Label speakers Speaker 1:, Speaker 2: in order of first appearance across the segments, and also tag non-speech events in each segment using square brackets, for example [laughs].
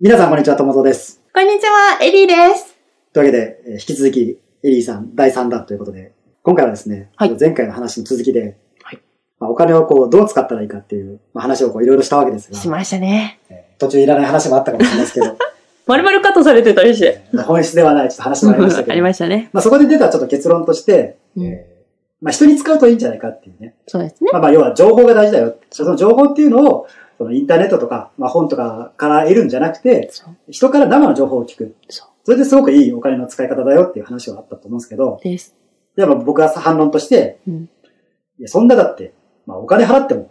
Speaker 1: 皆さん、こんにちは、ともぞです。
Speaker 2: こんにちは、エリーです。
Speaker 1: というわけで、えー引き続き、エリーさん第3弾ということで、今回はですね、
Speaker 2: はい
Speaker 1: 前回の話の続きで、
Speaker 2: はい
Speaker 1: まあ、お金をこう、どう使ったらいいかっていう、まあ、話をこう、いろいろしたわけですが、
Speaker 2: しましたね。
Speaker 1: えー途中いらない話もあったかもしれないですけ
Speaker 2: [laughs]
Speaker 1: ど、
Speaker 2: まるまるカットされてたりして。
Speaker 1: えー本質ではない、ちょっと話もありましたけど、
Speaker 2: ありましたね。
Speaker 1: まあ、そこで出たちょっと結論として、
Speaker 2: うん
Speaker 1: えーまあ、人に使うといいんじゃないかっていうね、
Speaker 2: そうですね。
Speaker 1: まあ、まあ要は情報が大事だよ。その情報っていうのを、そのインターネットとか、まあ、本とかから得るんじゃなくて、
Speaker 2: そう。
Speaker 1: 人から生の情報を聞く。
Speaker 2: そう
Speaker 1: それですごくいいお金の使い方だよっていう話はあったと思うんですけど、
Speaker 2: です。
Speaker 1: やっぱ僕は反論として、
Speaker 2: うん。
Speaker 1: いや、そんなだって、まあ、お金払っても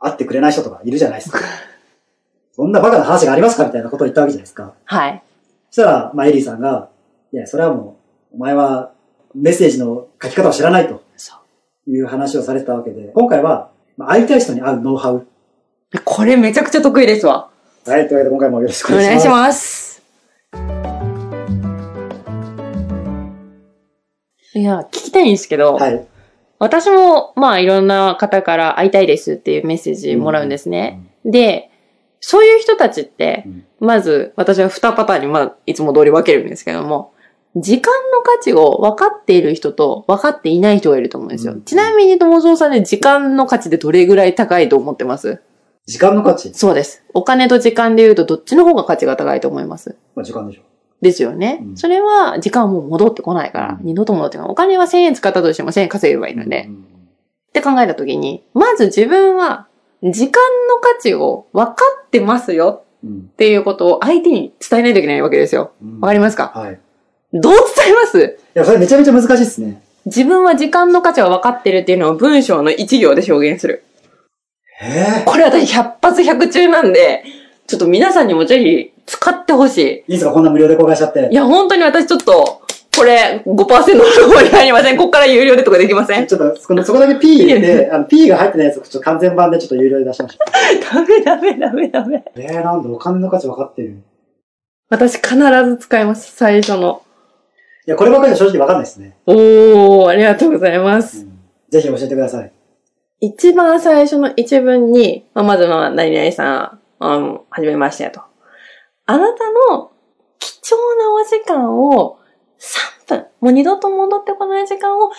Speaker 1: 会ってくれない人とかいるじゃないですか。
Speaker 2: [laughs]
Speaker 1: そんなバカな話がありますかみたいなことを言ったわけじゃないですか。
Speaker 2: はい。
Speaker 1: そしたら、まあ、エリーさんが、いや、それはもう、お前はメッセージの書き方を知らないと
Speaker 2: そう。
Speaker 1: いう話をされてたわけで、今回は、まあ、会いたい人に会うノウハウ。
Speaker 2: これめちゃくちゃ得意ですわ。
Speaker 1: はい、というわけで今回もよろしく
Speaker 2: お
Speaker 1: お願
Speaker 2: 願
Speaker 1: い
Speaker 2: い
Speaker 1: し
Speaker 2: し
Speaker 1: ます。
Speaker 2: ます。いや、聞きたいんですけど、
Speaker 1: はい。
Speaker 2: 私も、まあ、いろんな方から会いたいですっていうメッセージもらうんですね。で、そういう人たちって、まず、私は2パターンに、まあ、いつも通り分けるんですけども、時間の価値を分かっている人と分かっていない人がいると思うんですよ。
Speaker 1: うん
Speaker 2: ちなみに、友蔵さんで時間の価値でどれぐらい高いと思ってます
Speaker 1: 時間の価値、
Speaker 2: そうです。お金と時間で言うと、どっちの方が価値が高いと思います
Speaker 1: まあ、時間でしょ。
Speaker 2: ですよね。
Speaker 1: うん
Speaker 2: それは、時間はもう戻ってこないから、
Speaker 1: うん
Speaker 2: 二度と戻ってこない。お金は1000円使ったとしても1000円稼げればいいので、
Speaker 1: うん
Speaker 2: って考えたときに、まず自分は時間の価値を分かってますよ
Speaker 1: うん
Speaker 2: っていうことを相手に伝えないといけないわけですよ。
Speaker 1: うん
Speaker 2: わかりますか
Speaker 1: はい。い
Speaker 2: どう伝えます
Speaker 1: や、それめちゃめちゃ難しいですね。
Speaker 2: 自分は時間の価値を分かってるっていうのを文章の一行で表現する。
Speaker 1: ええ
Speaker 2: これ私100発100中なんで、ちょっと皆さんにもぜひ使ってほし
Speaker 1: いいですかこんな無料で公開しちゃって。
Speaker 2: い。いや、本当に私ちょっと、これ5%のところにありません。ここから有料でとかできません
Speaker 1: ちょっと、そのそこだけ P 入れて、あの P が入ってないやつをちょっと完全版でちょっと有料で出しました。
Speaker 2: [laughs] ダメダメダメダメ。
Speaker 1: えー、なんだ、お金の価値分かってる。
Speaker 2: 私必ず使います。最初の。
Speaker 1: いや、こればっかりは正直分かんないですね。
Speaker 2: おー、ありがとうございます。
Speaker 1: ぜひ教えてください。
Speaker 2: 一番最初の一文に、まあ、まずまあ、何々さん、あの、はじめましてやと。あなたの貴重なお時間を3分、もう二度と戻ってこない時間を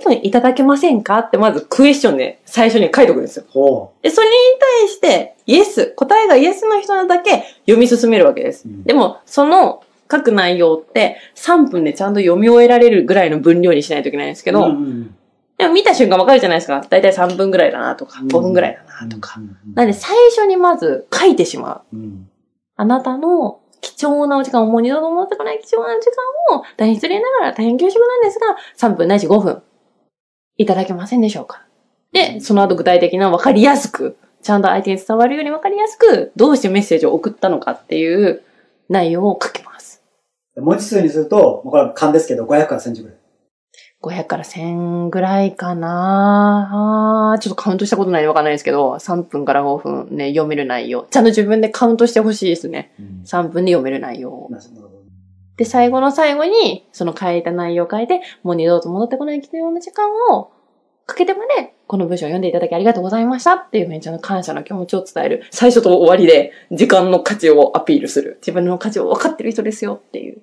Speaker 2: 3分いただけませんかってまずクエスチョンで最初に書いとくんですよ。
Speaker 1: ほ
Speaker 2: で、それに対して、イエス、答えがイエスの人だけ読み進めるわけです。
Speaker 1: うん
Speaker 2: でも、その書く内容って3分でちゃんと読み終えられるぐらいの分量にしないといけないんです
Speaker 1: う。
Speaker 2: けど、
Speaker 1: うんうん
Speaker 2: でも見た瞬間わかるじゃないですか。だいたい3分ぐらいだなとか、
Speaker 1: うん
Speaker 2: 5分ぐらいだ
Speaker 1: う、
Speaker 2: なんとか。
Speaker 1: うん。
Speaker 2: なんで最初にまず書いてしまう。
Speaker 1: うん。
Speaker 2: あなたの貴重なお時間をもう二度と戻ってこない貴重な時間を大変失礼ながら大変恐縮なんですが、3分ないし5分いただけませんでしょうか。で、その後具体的なわかりやすく、ちゃんと相手に伝わるようにわかりやすく、どうしてメッセージを送ったのかっていう内容を書きます。
Speaker 1: 文字数にすると、もうこれは勘ですけど、500から1000ぐらい。
Speaker 2: 500から1000ぐらいかなあーちょっとカウントしたことないんでわかんないですけど、3分から5分ね、読める内容。ちゃんと自分でカウントしてほしいですね。
Speaker 1: うん
Speaker 2: 3分で読める内容を。
Speaker 1: なるほど
Speaker 2: で、最後の最後に、その書いた内容を変えて、もう二度と戻ってこない貴重な時間をかけてまで、この文章を読んでいただきありがとうございましたっていうめっちゃの感謝の気持ちを伝える。最初と終わりで、時間の価値をアピールする。自分の価値を分かってる人ですよっていう。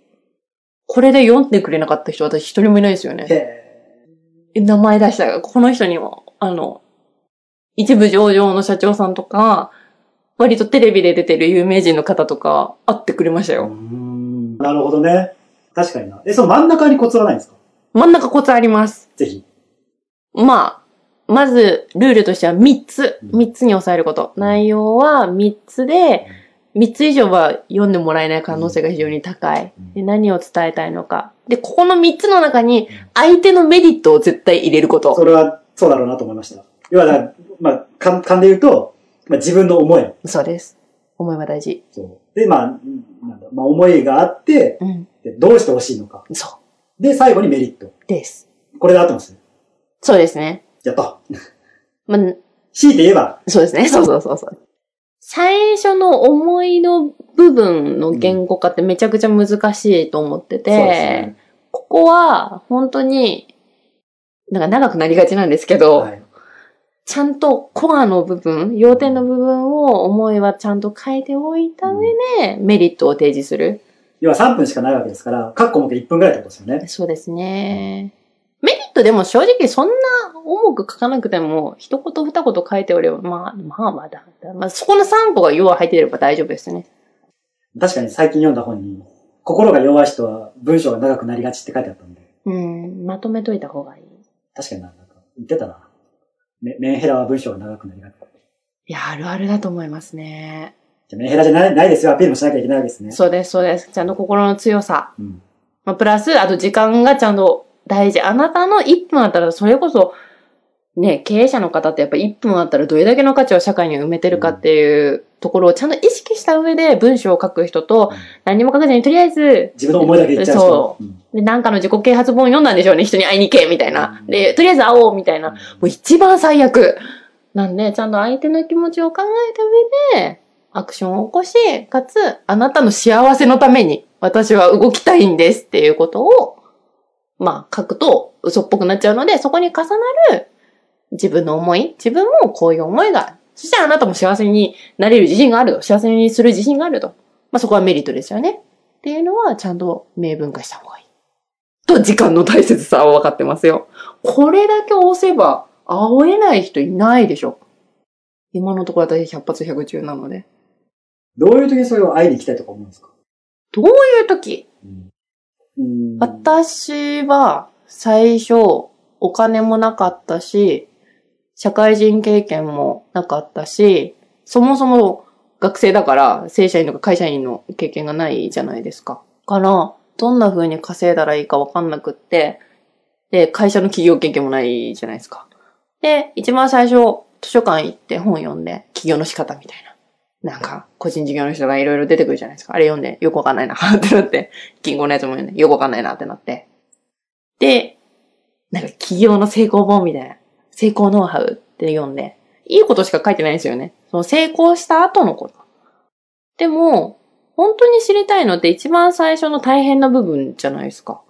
Speaker 2: これで読んでくれなかった人、私一人もいないですよね。
Speaker 1: へ
Speaker 2: え名前出したが、この人にも、あの、一部上場の社長さんとか、割とテレビで出てる有名人の方とか、会ってくれました
Speaker 1: ーう
Speaker 2: よ。
Speaker 1: んなるほどね。確かにな。え、その真ん中にコツはないんですか
Speaker 2: 真ん中コツあります。
Speaker 1: ぜひ。
Speaker 2: まあ、まず、ルールとしては3つ。
Speaker 1: うん
Speaker 2: 3つに抑えること。内容は3つで、3つ以上は読んでもらえない可能性が非常に高い。で何を伝えたいのか。で、ここの3つの中に、相手のメリットを絶対入れること。
Speaker 1: それはそうだろうなと思いました。要はだから、まあ、勘勘で言うと、まあ、自分の思い。
Speaker 2: そうです。思いは大事。
Speaker 1: で、まあ、なんだまあ、思いがあって、
Speaker 2: うん。
Speaker 1: でどうしてほしいのか。
Speaker 2: そ
Speaker 1: で、最後にメリット。
Speaker 2: う。です。
Speaker 1: これで合ってます
Speaker 2: そうですね。
Speaker 1: やった。
Speaker 2: まあ、
Speaker 1: 強いて言えば、
Speaker 2: そうですね。そうそうそうそう。最初の思いの部分の言語化ってめちゃくちゃ難しいと思ってて、
Speaker 1: そうですね。
Speaker 2: ここは、本当に、なんか長くなりがちなんですけど、
Speaker 1: はい。
Speaker 2: ちゃんとコアの部分、要点の部分を思いはちゃんと書いておいた上で、メリットを提示する。
Speaker 1: 要は3分しかないわけですから、各項目1分ぐらいってことですよね。
Speaker 2: そうですね。メリットでも正直そんな重く書かなくても、一言二言書いておれば、まあ、まあまあだ。まあ、そこの3個が要は入ってれば大丈夫ですね。
Speaker 1: 確かに最近読んだ本に、心が弱い人は文章が長くなりがちって書いてあったんで、
Speaker 2: うん、まとめといた方がいい。
Speaker 1: 確かにな、なんか言ってたな。メメンヘラは文章が長くなりがち。
Speaker 2: いや、あるあるだと思いますね。
Speaker 1: じゃあメンヘラじゃないないですよ、アピールもしなきゃいけないわけですね。
Speaker 2: そうです、そうです。ちゃんと心の強さ。
Speaker 1: うん。
Speaker 2: まあ、プラス、あと時間がちゃんと大事。あなたの1分あったら、それこそ、ね、経営者の方ってやっぱ1分あったらどれだけの価値を社会に埋めてるかっていうところをちゃんと意識した上で文章を書く人と
Speaker 1: うん、
Speaker 2: 何も書かずにとりあえず、
Speaker 1: 自分の思いだけ言っちゃう人。
Speaker 2: そ
Speaker 1: うん
Speaker 2: で、なんかの自己啓発本読んだんでしょうね。人に会いに行け、みたいな
Speaker 1: う。ん
Speaker 2: で、とりあえず会おう、みたいな。も
Speaker 1: う
Speaker 2: うん一番最悪。なんで、ちゃんと相手の気持ちを考えた上で、アクションを起こし、かつ、あなたの幸せのために、私は動きたいんですっていうことを、まあ、書くと嘘っぽくなっちゃうので、そこに重なる自分の思い、自分もこういう思いがある。そしてあなたも幸せになれる自信があると。幸せにする自信があると。まあ、そこはメリットですよね。っていうのは、ちゃんと明文化した方がいい。と、時間の大切さは分かってますよ。これだけ押せば、会えない人いないでしょ。今のところ私100発100中なので。
Speaker 1: どういう時にそれを会いに行きたいとか思うんですか、
Speaker 2: どういう時
Speaker 1: うんうん、
Speaker 2: 私は最初お金もなかったし、社会人経験もなかったし、そもそも学生だから正社員とか会社員の経験がないじゃないですか。から、どんな風に稼いだらいいかわかんなくって、で、会社の企業経験もないじゃないですか。で、一番最初、図書館行って本読んで、起業の仕方みたいな。なんか、個人事業の人がいろいろ出てくるじゃないですか。あれ読んで、よくわかんないな、ってなって。銀行のやつもね、よくわかんないなってなって。で、なんか企業の成功本みたいな、成功ノウハウって読んで、いいことしか書いてないんですよね。その成功した後のこと。でも、本当に知りたいのって一番最初の大変な部分じゃないですか。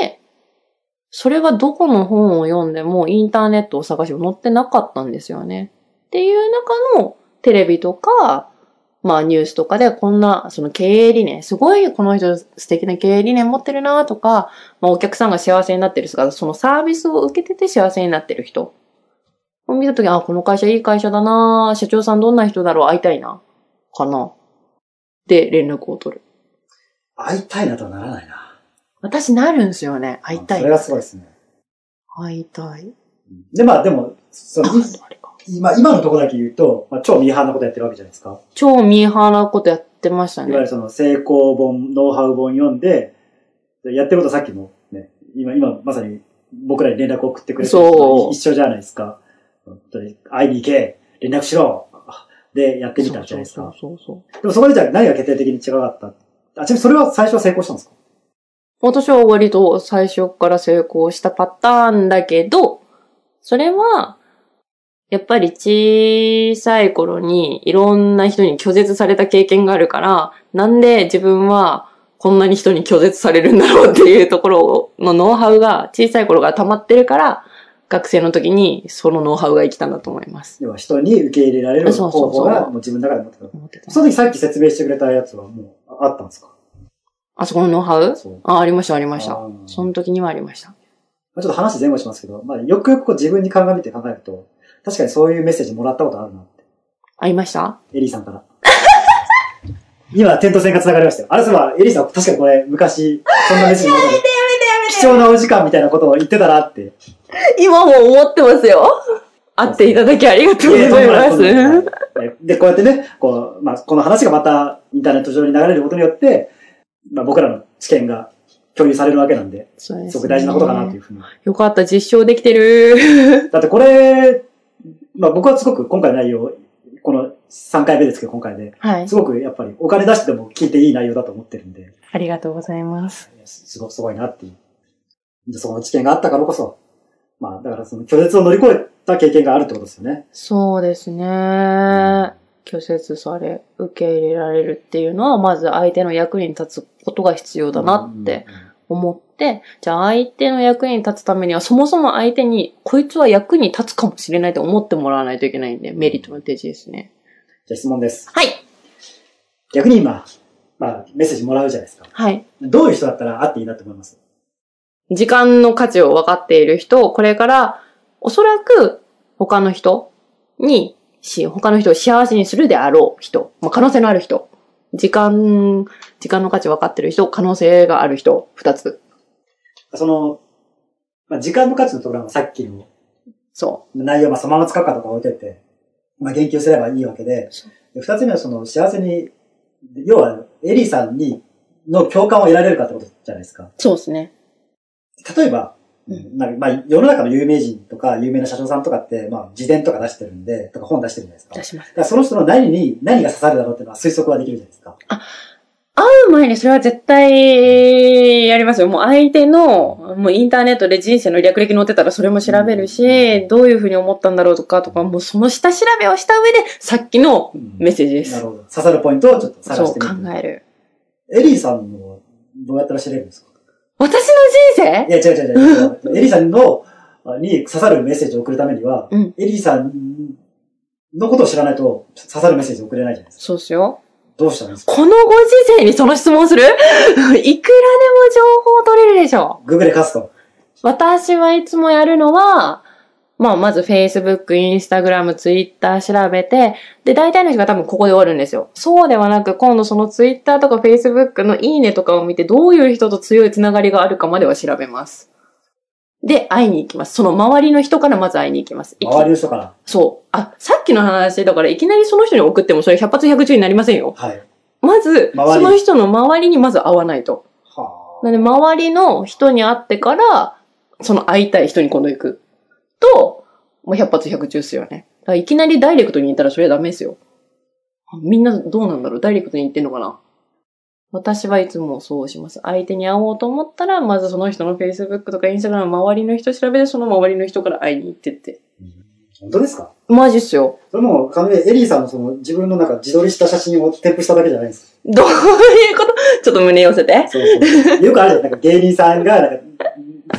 Speaker 2: で、それはどこの本を読んでもインターネットを探しても載ってなかったんですよね。っていう中のテレビとか、まあニュースとかでこんな、その経営理念、すごいこの人素敵な経営理念持ってるなとか、まあお客さんが幸せになってる姿、そのサービスを受けてて幸せになってる人を見たとき、あ、この会社いい会社だな社長さんどんな人だろう会いたいなかなで連絡を取る。
Speaker 1: 会いたいなとはならないな。
Speaker 2: 私なるんですよね。会いた
Speaker 1: あ
Speaker 2: い
Speaker 1: それ。がすごいですね。
Speaker 2: 会いたい。
Speaker 1: うんで、まあでも、そ
Speaker 2: あ [laughs]
Speaker 1: の、
Speaker 2: あれか
Speaker 1: 今、今のところだけ言うと、まあ、超ミーハーなことやってるわけじゃないですか。
Speaker 2: 超ミーハーなことやってました
Speaker 1: いわゆ
Speaker 2: ね。
Speaker 1: るその成功本、ノウハウ本読んで、でやってることはさっきのね、今、今まさに僕らに連絡を送ってくれてる人
Speaker 2: そう
Speaker 1: と一緒じゃないですか。本当に会いに行け連絡しろで、やってみたじゃないです
Speaker 2: そう
Speaker 1: か。
Speaker 2: そうそうそう。
Speaker 1: でもそこでじゃあ何が決定的に違かったあ、ちなみにそれは最初は成功したんですか
Speaker 2: 私は割と最初から成功したパターンだけど、それは、やっぱり小さい頃にいろんな人に拒絶された経験があるから、なんで自分はこんなに人に拒絶されるんだろうっていうところのノウハウが小さい頃から溜まってるから、学生の時にそのノウハウが生きたんだと思います。
Speaker 1: 要は人に受け入れられる
Speaker 2: そう
Speaker 1: 方
Speaker 2: そうそう
Speaker 1: 法がもう自分の中で持ってた。
Speaker 2: 思ってた
Speaker 1: その時さっき説明してくれたやつはもうああったんですか
Speaker 2: あそこのノウハウ
Speaker 1: そう。
Speaker 2: あ、ありました、ありました。
Speaker 1: あー
Speaker 2: その時にはありました。
Speaker 1: まあちょっと話前後しますけど、まあ、よくよくこう自分に鑑みて考えると、確かにそういうメッセージもらったことあるなって。
Speaker 2: ありました
Speaker 1: エリーさん
Speaker 2: [laughs]
Speaker 1: から。今、点と線が繋がりましたよ。あれそういえば、エリーさん、確かにこれ、昔、そんなメッセージもらったの貴重なお時間みたいなことを言ってたなって。い
Speaker 2: 今も思ってますよ。会っていただきありがとう
Speaker 1: え
Speaker 2: ございま
Speaker 1: とんでもないと
Speaker 2: す。
Speaker 1: んでもないで、こうやってね、こう、まあ、この話がまた、インターネット上に流れることによって、まあ、僕らの知見が共有されるわけなんで、
Speaker 2: そうです
Speaker 1: すごく大事なことかなというふうに。
Speaker 2: よかった、実証できてる。
Speaker 1: だってこれ、まあ、僕はすごく今回の内容、この3回目ですけど、今回で、
Speaker 2: はい。
Speaker 1: すごくやっぱりお金出してでも聞いていい内容だと思ってるんで、
Speaker 2: ありがとうございます。
Speaker 1: すすごくすごいなっていう。でその知見があったからこそ、まあだからその拒絶を乗り越えた経験があるってことですよね。
Speaker 2: そうですね。拒絶され、受け入れられるっていうのは、まず相手の役に立つことが必要だなって
Speaker 1: うんうんうん
Speaker 2: 思って、じゃあ相手の役に立つためには、そもそも相手に、こいつは役に立つかもしれないと思ってもらわないといけないんで、メリットの提示ですね。
Speaker 1: じゃあ質問です。
Speaker 2: はい
Speaker 1: 逆に今、まあ、メッセージもらうじゃないですか。
Speaker 2: はい。
Speaker 1: どういう人だったら会っていいなって思います
Speaker 2: 時間の価値を分かっている人、これから、おそらく、他の人に、し、他の人を幸せにするであろう人、まあ、可能性のある人、時間、時間の価値分かっている人、可能性がある人、二つ。
Speaker 1: その、まあ、時間の価値のところはさっきの
Speaker 2: そ
Speaker 1: 内容をまあそのまま使うかとか置いといて、まあ、言及すればいいわけで
Speaker 2: そ、
Speaker 1: で二つ目はその幸せに、要はエリーさんにの共感を得られるかってことじゃないですか。
Speaker 2: う。そうですね。
Speaker 1: 例えば、
Speaker 2: うん
Speaker 1: なんかまあ、世の中の有名人とか有名な社長さんとかって、まあ、自伝とか出してるんで、とか本出してるじゃないですか。
Speaker 2: 出
Speaker 1: だか
Speaker 2: します。
Speaker 1: らその人の何に、何が刺さるだろうっていうのは推測はできるじゃないですか。
Speaker 2: 会う前にそれは絶対やりますよ。もう相手の、もうインターネットで人生の略歴載ってたらそれも調べるし、どういうふうに思ったんだろうとかとか、もうその下調べをした上で、さっきの
Speaker 1: うん
Speaker 2: メッセージで
Speaker 1: な
Speaker 2: す
Speaker 1: る。ほど。刺さるポイントをちょっと探
Speaker 2: そう
Speaker 1: して
Speaker 2: 考
Speaker 1: みる。
Speaker 2: える。
Speaker 1: エリーさんの、どうやったら知れるんですか
Speaker 2: 私の人生
Speaker 1: いや、違う違う違う違う。エリーさんの、に刺さるメッセージを送るためには、
Speaker 2: うん
Speaker 1: エリーさんのことを知らないと刺さるメッセージを送れないじゃないですか。
Speaker 2: そうっすよ。
Speaker 1: どうしたらいいんですか
Speaker 2: このご時世にその質問する [laughs] いくらでも情報を取れるでしょ。
Speaker 1: グ o o g で勝つと。
Speaker 2: 私はいつもやるのは、まあ、まず Facebook、Instagram、Twitter 調べて、で、大体の人が多分ここで終わるんですよ。そうではなく、今度その Twitter とか Facebook のいいねとかを見て、どういう人と強いつながりがあるかまでは調べます。で、会いに行きます。その周りの人からまず会いに行きます。いき
Speaker 1: 周りの人から。
Speaker 2: そう。あ、さっきの話だから、いきなりその人に送っても、それ100発100中になりませんよ。
Speaker 1: はい。
Speaker 2: まず、
Speaker 1: 周
Speaker 2: そ
Speaker 1: り
Speaker 2: の人の周りにまず会わないと。
Speaker 1: は
Speaker 2: なんで、周りの人に会ってから、その会いたい人に今度行く。と、もう100発100中っすよね。だからいきなりダイレクトに行ったらそれはダメですよ。あみんなどうなんだろうダイレクトに行ってんのかな私はいつもそうします。相手に会おうと思ったら、まずその人の Facebook とか Instagram の周りの人調べて、その周りの人から会いに行ってって。
Speaker 1: 本当ですか
Speaker 2: マジっすよ。
Speaker 1: それも、完全にエリーさんのその自分のなんか自撮りした写真を添付しただけじゃないんです
Speaker 2: どういうことちょっと胸寄せて
Speaker 1: か。。そうそう。よくあるじゃん。なんか芸人さんが、なんか、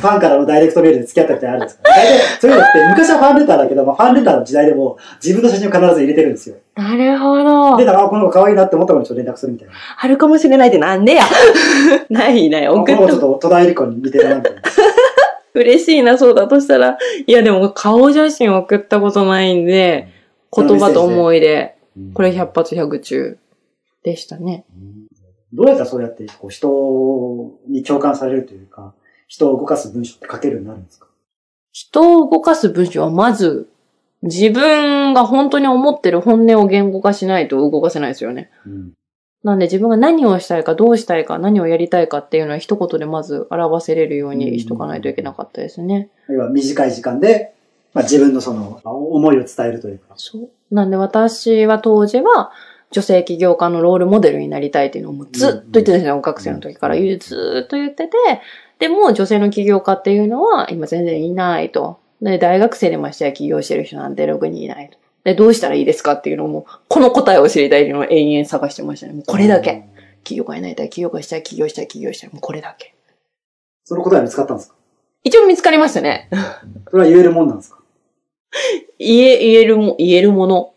Speaker 1: ファンからのダイレクトメールで付き合ったみたいなのあるんですか大体、そういうのって昔はファンレターだけど、まあ、ファンレターの時代でも自分の写真を必ず入れてるんですよ。
Speaker 2: なるほど
Speaker 1: で、。だから、あこの子可愛いなって思ったからちょっと連絡するみたいな。
Speaker 2: あるかもしれないってなんでや。 [laughs] ないない。送
Speaker 1: 僕
Speaker 2: っ
Speaker 1: も
Speaker 2: た
Speaker 1: ちょっと戸田恵梨子に似てるなみたいな。
Speaker 2: 嬉しいな、そうだとしたら。いや、でも顔写真送ったことないんで、
Speaker 1: うん
Speaker 2: 言葉と思い出。これ100
Speaker 1: 百
Speaker 2: 発100中でしたね。
Speaker 1: どうやったらそうやってこう人に共感されるというか、人を動かす文章って書けるようになるんですか
Speaker 2: 人を動かす文章はまず、自分が本当に思ってる本音を言語化しないと動かせないですよね。
Speaker 1: うん。
Speaker 2: なんで自分が何をしたいか、どうしたいか、何をやりたいかっていうのは一言でまず表せれるようにしとかないといけなかったですね。
Speaker 1: 要は短い時間で、まあ、自分のそのまあ思いを伝えるというか。
Speaker 2: そう。なんで私は当時は、女性起業家のロールモデルになりたいっていうのをもうずっと言ってたんですよ。学生の時から言うずっと言ってて、でも女性の起業家っていうのは今全然いないと。で、大学生でましてや起業してる人なんて6人いないと。で、どうしたらいいですかっていうのをもう、この答えを知りたいっていうのを延々探してましたね。もうこれだけ。。起業家になりたい、起業家したい、起業したい、起業したい。もうこれだけ。
Speaker 1: その答えは見つかったんですか
Speaker 2: 一応見つかりましたね。
Speaker 1: それは言えるもんなんですか
Speaker 2: 言え、言えるも、言えるもの。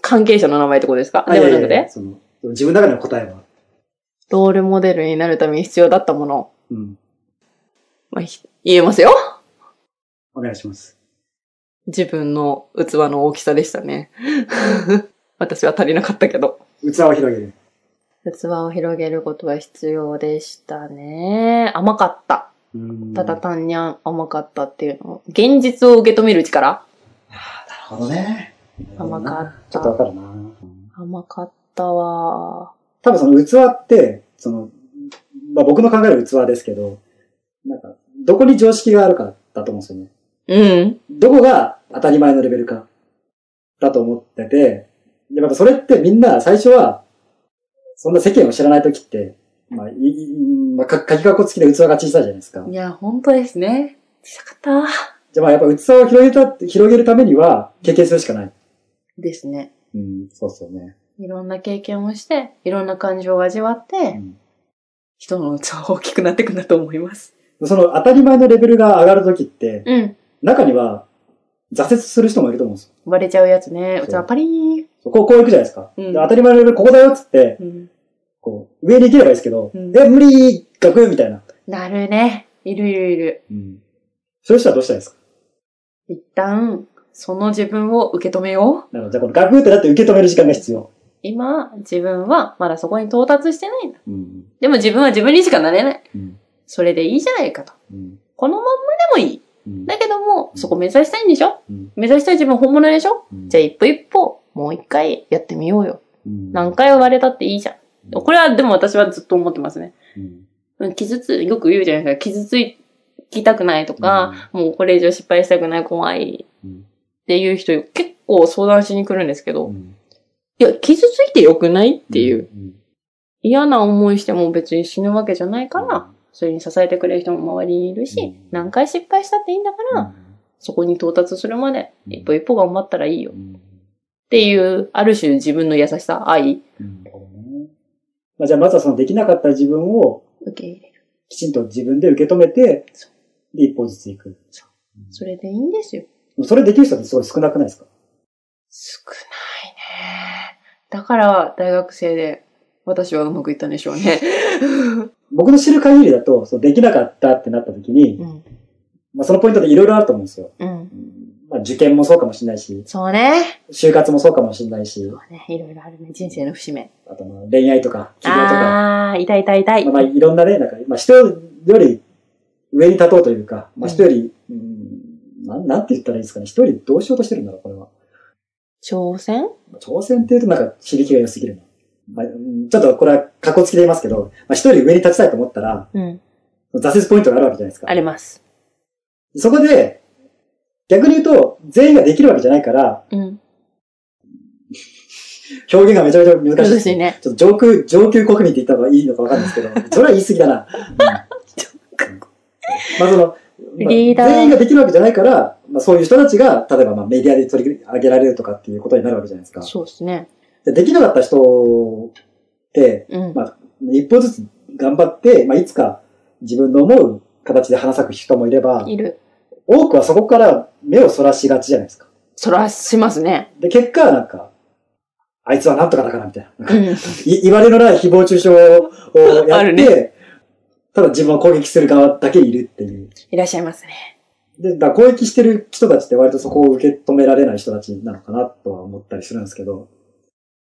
Speaker 2: 関係者の名前ってことですかではなくて
Speaker 1: その自分の中での答えは。
Speaker 2: ロールモデルになるために必要だったもの。
Speaker 1: うん。
Speaker 2: まあ、ひ言えますよ。
Speaker 1: お願いします。
Speaker 2: 自分の器の大きさでしたね。 [laughs] 私は足りなかったけど。
Speaker 1: 器を広げる。
Speaker 2: 器を広げることは必要でしたね。甘かった。
Speaker 1: うん
Speaker 2: ただ単に甘かったっていうの。現実を受け止める力
Speaker 1: あなるほどね。
Speaker 2: 甘かっ
Speaker 1: ち
Speaker 2: た
Speaker 1: ょっとわかるな。うん
Speaker 2: 甘かったわ。
Speaker 1: 多分その器って、その、まあ、僕の考える器ですけど、なんか、どこに常識があるかだと思うんですよね。
Speaker 2: うん。
Speaker 1: どこが当たり前のレベルか、だと思ってて、で、またそれってみんな最初は、そんな世間を知らない時って、まあ、いいまあ、か、書きかっこ付きで器が小さいじゃないですか。
Speaker 2: いや、本当ですね。小さかった。
Speaker 1: じゃあまあやっぱ器を広げた、広げるためには、経験するしかない。
Speaker 2: ですね。
Speaker 1: うん、そうっすよね。
Speaker 2: いろんな経験をして、いろんな感情を味わっ
Speaker 1: う
Speaker 2: て、
Speaker 1: ん
Speaker 2: 人の器は大きくなっていくんだと思います。
Speaker 1: その当たり前のレベルが上がるときって、
Speaker 2: うん。
Speaker 1: 中には挫折する人もいると思うんですよ。
Speaker 2: 割れちゃうやつね。
Speaker 1: そう
Speaker 2: 器パリーン。
Speaker 1: そうこう、こう行くじゃないですか。
Speaker 2: うん
Speaker 1: で当たり前のレベルここだよっつって、
Speaker 2: うん。
Speaker 1: こう、上に行ければいいですけど、
Speaker 2: うん
Speaker 1: え、無理、学園みたいな。
Speaker 2: なるね。いるいるいる。
Speaker 1: そういう人はどうしたらいいですか
Speaker 2: 一旦、その自分を受け止めよう。
Speaker 1: なるほど。じゃあこの学園ってだって受け止める時間が必要。
Speaker 2: 今、自分はまだそこに到達してないんだ。でも自分は自分にしかなれない。それでいいじゃないかと。このまんまでもいい。だけども、そこ目指したいんでしょ目指したい自分本物でしょじゃあ一歩一歩、もう一回やってみようよ。何回言われたっていいじゃん。これはでも私はずっと思ってますね。うん傷つ、よく言うじゃないですか。傷つきたくないとか、もうこれ以上失敗したくない、怖いっていう人結構相談しに来るんですけど、いや、傷ついてよくないっていう。嫌な思いしても別に死ぬわけじゃないから、それに支えてくれる人も周りにいるし
Speaker 1: うん、
Speaker 2: 何回失敗したっていいんだから、そこに到達するまで
Speaker 1: うん
Speaker 2: 一歩一歩頑張ったらいいよっていう、ある種自分の優しさ、愛、
Speaker 1: なるほどねまあじゃあまずはそのできなかった自分を
Speaker 2: 受け入れる。
Speaker 1: きちんと自分で受け止めて
Speaker 2: そ、
Speaker 1: で、一歩ずつ行く。
Speaker 2: そそれでいいんですよ。
Speaker 1: うんそれできる人ってすごい少なくないですか
Speaker 2: 少ないね。だから大学生で私はうまくいったんでしょうね。
Speaker 1: 僕の知る限りだと、そのできなかったってなった時に、
Speaker 2: うん。
Speaker 1: まあそのポイントでいろいろあると思うんですよ。
Speaker 2: うん。
Speaker 1: まあ受験もそうかもしれないし、
Speaker 2: そうね。
Speaker 1: 就活もそうかもしれないし、
Speaker 2: ねいろいろあるね。人生の節目。
Speaker 1: あとまあ恋愛とか、企業とか、
Speaker 2: あー、痛い痛い痛い
Speaker 1: まあ、。まあいろんなね、なんか、まあ、人より上に立とうというか、まあ、人より、うん、なん、なんて言ったらいいですかね、人よりどうしようとしてるんだろう、これは。
Speaker 2: 挑戦
Speaker 1: まあ挑戦っていうとなんか、刺激が良すぎるな。まあ、うんちょっとこれは、格好つきで言いますけど、まあ、人より上に立ちたいと思ったら、
Speaker 2: うん。
Speaker 1: 挫折ポイントがあるわけじゃないですか。
Speaker 2: あります。
Speaker 1: そこで、逆に言うと、全員ができるわけじゃないから、
Speaker 2: うん。
Speaker 1: 表現がめちゃめちゃ難しい。
Speaker 2: 難しいね。
Speaker 1: ちょっと上級、上級国民って言った方がいいのかわかんないですけど、それは言い過ぎだな。うんまあその、まあ
Speaker 2: リーダー
Speaker 1: 全員ができるわけじゃないから、まあそういう人たちが、例えばまあメディアで取り上げられるとかっていうことになるわけじゃないですか。
Speaker 2: そうですね。
Speaker 1: でできなかった人って、
Speaker 2: うん。
Speaker 1: まあ一歩ずつ頑張って、まあいつか自分の思う形で花咲く人もいれば、
Speaker 2: いる。
Speaker 1: 多くはそこから目をそらしがちじゃないですか。
Speaker 2: そらしますね。
Speaker 1: で、結果なんか、あいつはなんとかだからみたいな。な
Speaker 2: [laughs]
Speaker 1: んか
Speaker 2: うん。
Speaker 1: い言われのない誹謗中傷をや
Speaker 2: あ
Speaker 1: って、
Speaker 2: るね
Speaker 1: ただ自分を攻撃する側だけいるっていう。
Speaker 2: いらっしゃいますね。
Speaker 1: で、だから攻撃してる人たちって割とそこを受け止められない人たちなのかなとは思ったりするんですけど、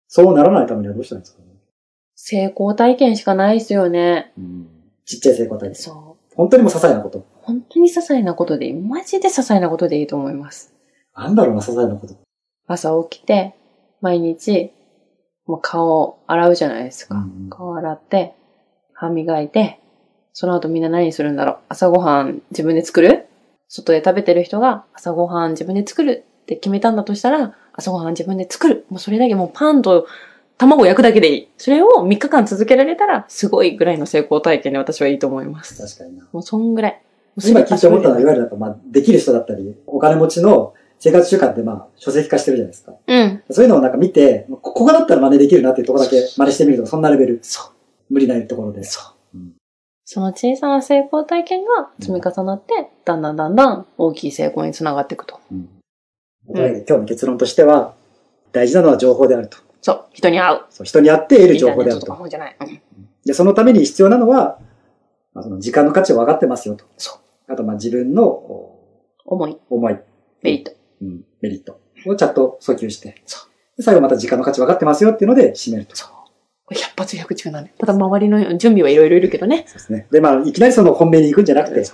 Speaker 1: そうならないためにはどうしたらいいんですかね。
Speaker 2: 成功体験しかないですよね。
Speaker 1: ちっちゃい成功体験。
Speaker 2: そ
Speaker 1: 本当にもう些細なこと
Speaker 2: う。。本当に些細なことでいい、マジで些細なことでいいと思います。
Speaker 1: なんだろうな、些細なこと。
Speaker 2: 朝起きて、毎日、もう顔を洗うじゃないですか。
Speaker 1: うんうん
Speaker 2: 顔洗って、歯磨いて、その後みんな何するんだろう。朝ごはん自分で作る外で食べてる人が朝ごはん自分で作るって決めたんだとしたら、朝ごはん自分で作る。もうそれだけもうパンと卵焼くだけでいい。それを3日間続けられたら、すごいぐらいの成功体験で私はいいと思います。
Speaker 1: 確かにな。
Speaker 2: もうそんぐらい。
Speaker 1: 今聞いて思ったのは、いわゆるなんか、まあ、できる人だったり、お金持ちの生活習慣ってまあ、書籍化してるじゃないですか。
Speaker 2: うん。
Speaker 1: そういうのをなんか見て、こここだったら真似できるなっていうところだけ真似してみるとか、そんなレベル。
Speaker 2: そ
Speaker 1: 無理ないところで
Speaker 2: う。。そ
Speaker 1: う
Speaker 2: う。
Speaker 1: ん
Speaker 2: その小さな成功体験が積み重なって、だんだんだんだん大きい成功につながっていくと。
Speaker 1: というわけで今日の結論としては、大事なのは情報であると。
Speaker 2: そう。人に会う。
Speaker 1: そう人にあって得る
Speaker 2: インタ
Speaker 1: 情
Speaker 2: ー
Speaker 1: 報
Speaker 2: ネ
Speaker 1: であ
Speaker 2: ッ
Speaker 1: る
Speaker 2: トと
Speaker 1: と。
Speaker 2: か本じゃない。うん
Speaker 1: で、そのために必要なのは、まあ、その時間の価値を分かってますよと。
Speaker 2: そ
Speaker 1: あと、まあ自分のお
Speaker 2: 重い。
Speaker 1: 思い、
Speaker 2: メリット。
Speaker 1: うんメリットをちゃんと訴求して。
Speaker 2: そ
Speaker 1: で最後また時間の価値分かってますよっていうので締めると。
Speaker 2: そう。これ100発100中なんで。ただ周りの準備はいろいろいるけどね。
Speaker 1: そうですね。で、まあ、いきなりその本命に行くんじゃなくて、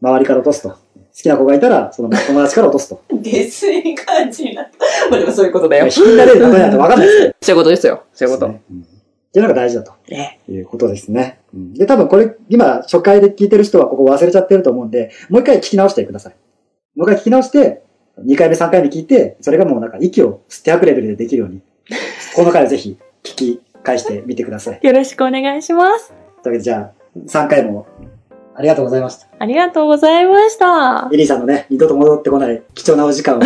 Speaker 1: 周りから落とすと。好きな子がいたら、その友達から落とす [laughs] と。
Speaker 2: 下水感じになった。まあでもそういうことだ
Speaker 1: 引
Speaker 2: よ。
Speaker 1: き
Speaker 2: そうい
Speaker 1: になれる例えなんて分かんない [laughs] ですよ。
Speaker 2: うことですよ。そういうこと。
Speaker 1: ですね。うんっていうのが大事だと。
Speaker 2: ね。
Speaker 1: いうことですね。で、多分これ、今、初回で聞いてる人はここ忘れちゃってると思うんで、もう一回聞き直してください。もう一回聞き直して、2回目、3回目聞いて、それがもうなんか息を吸って吐くレベルでできるよ [laughs] うに、この回をぜひ聞き返してみてください。
Speaker 2: よろしくお願いします。
Speaker 1: というわけで、じゃあ、3回もありがとうございました。
Speaker 2: ありがとうございました。
Speaker 1: エリー [laughs] さんのね、二度と戻ってこない貴重なお時間を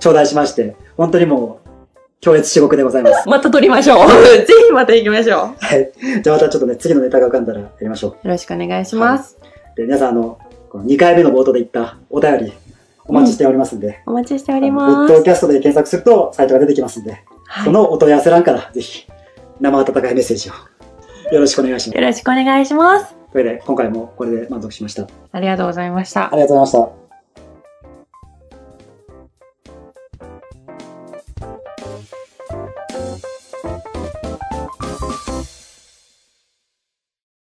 Speaker 1: 頂戴しまして、本当にもう、強烈至極でございます。
Speaker 2: また撮りましょう。 [laughs] ぜひまた行きましょう。よ
Speaker 1: はい。じゃあまたちょっとね、次のネタが浮かんだらやりましょう。
Speaker 2: ろしくお願いします。
Speaker 1: で、皆さん、あの、この2回目の冒頭で言ったお便り、お待ちしておりますんで、
Speaker 2: お待ちしてお
Speaker 1: あ
Speaker 2: り
Speaker 1: の
Speaker 2: ま
Speaker 1: ポッド
Speaker 2: す。
Speaker 1: キャストで検索するとサイトが出てきますんで、
Speaker 2: はい
Speaker 1: そのお問い合わせ欄からぜひ、生温かいメッセージをよろしくお願いします。
Speaker 2: よろしくお願いします。
Speaker 1: というわけで、今回もこれで満足しました。あ
Speaker 2: ありがとうございました。
Speaker 1: りがとうございました。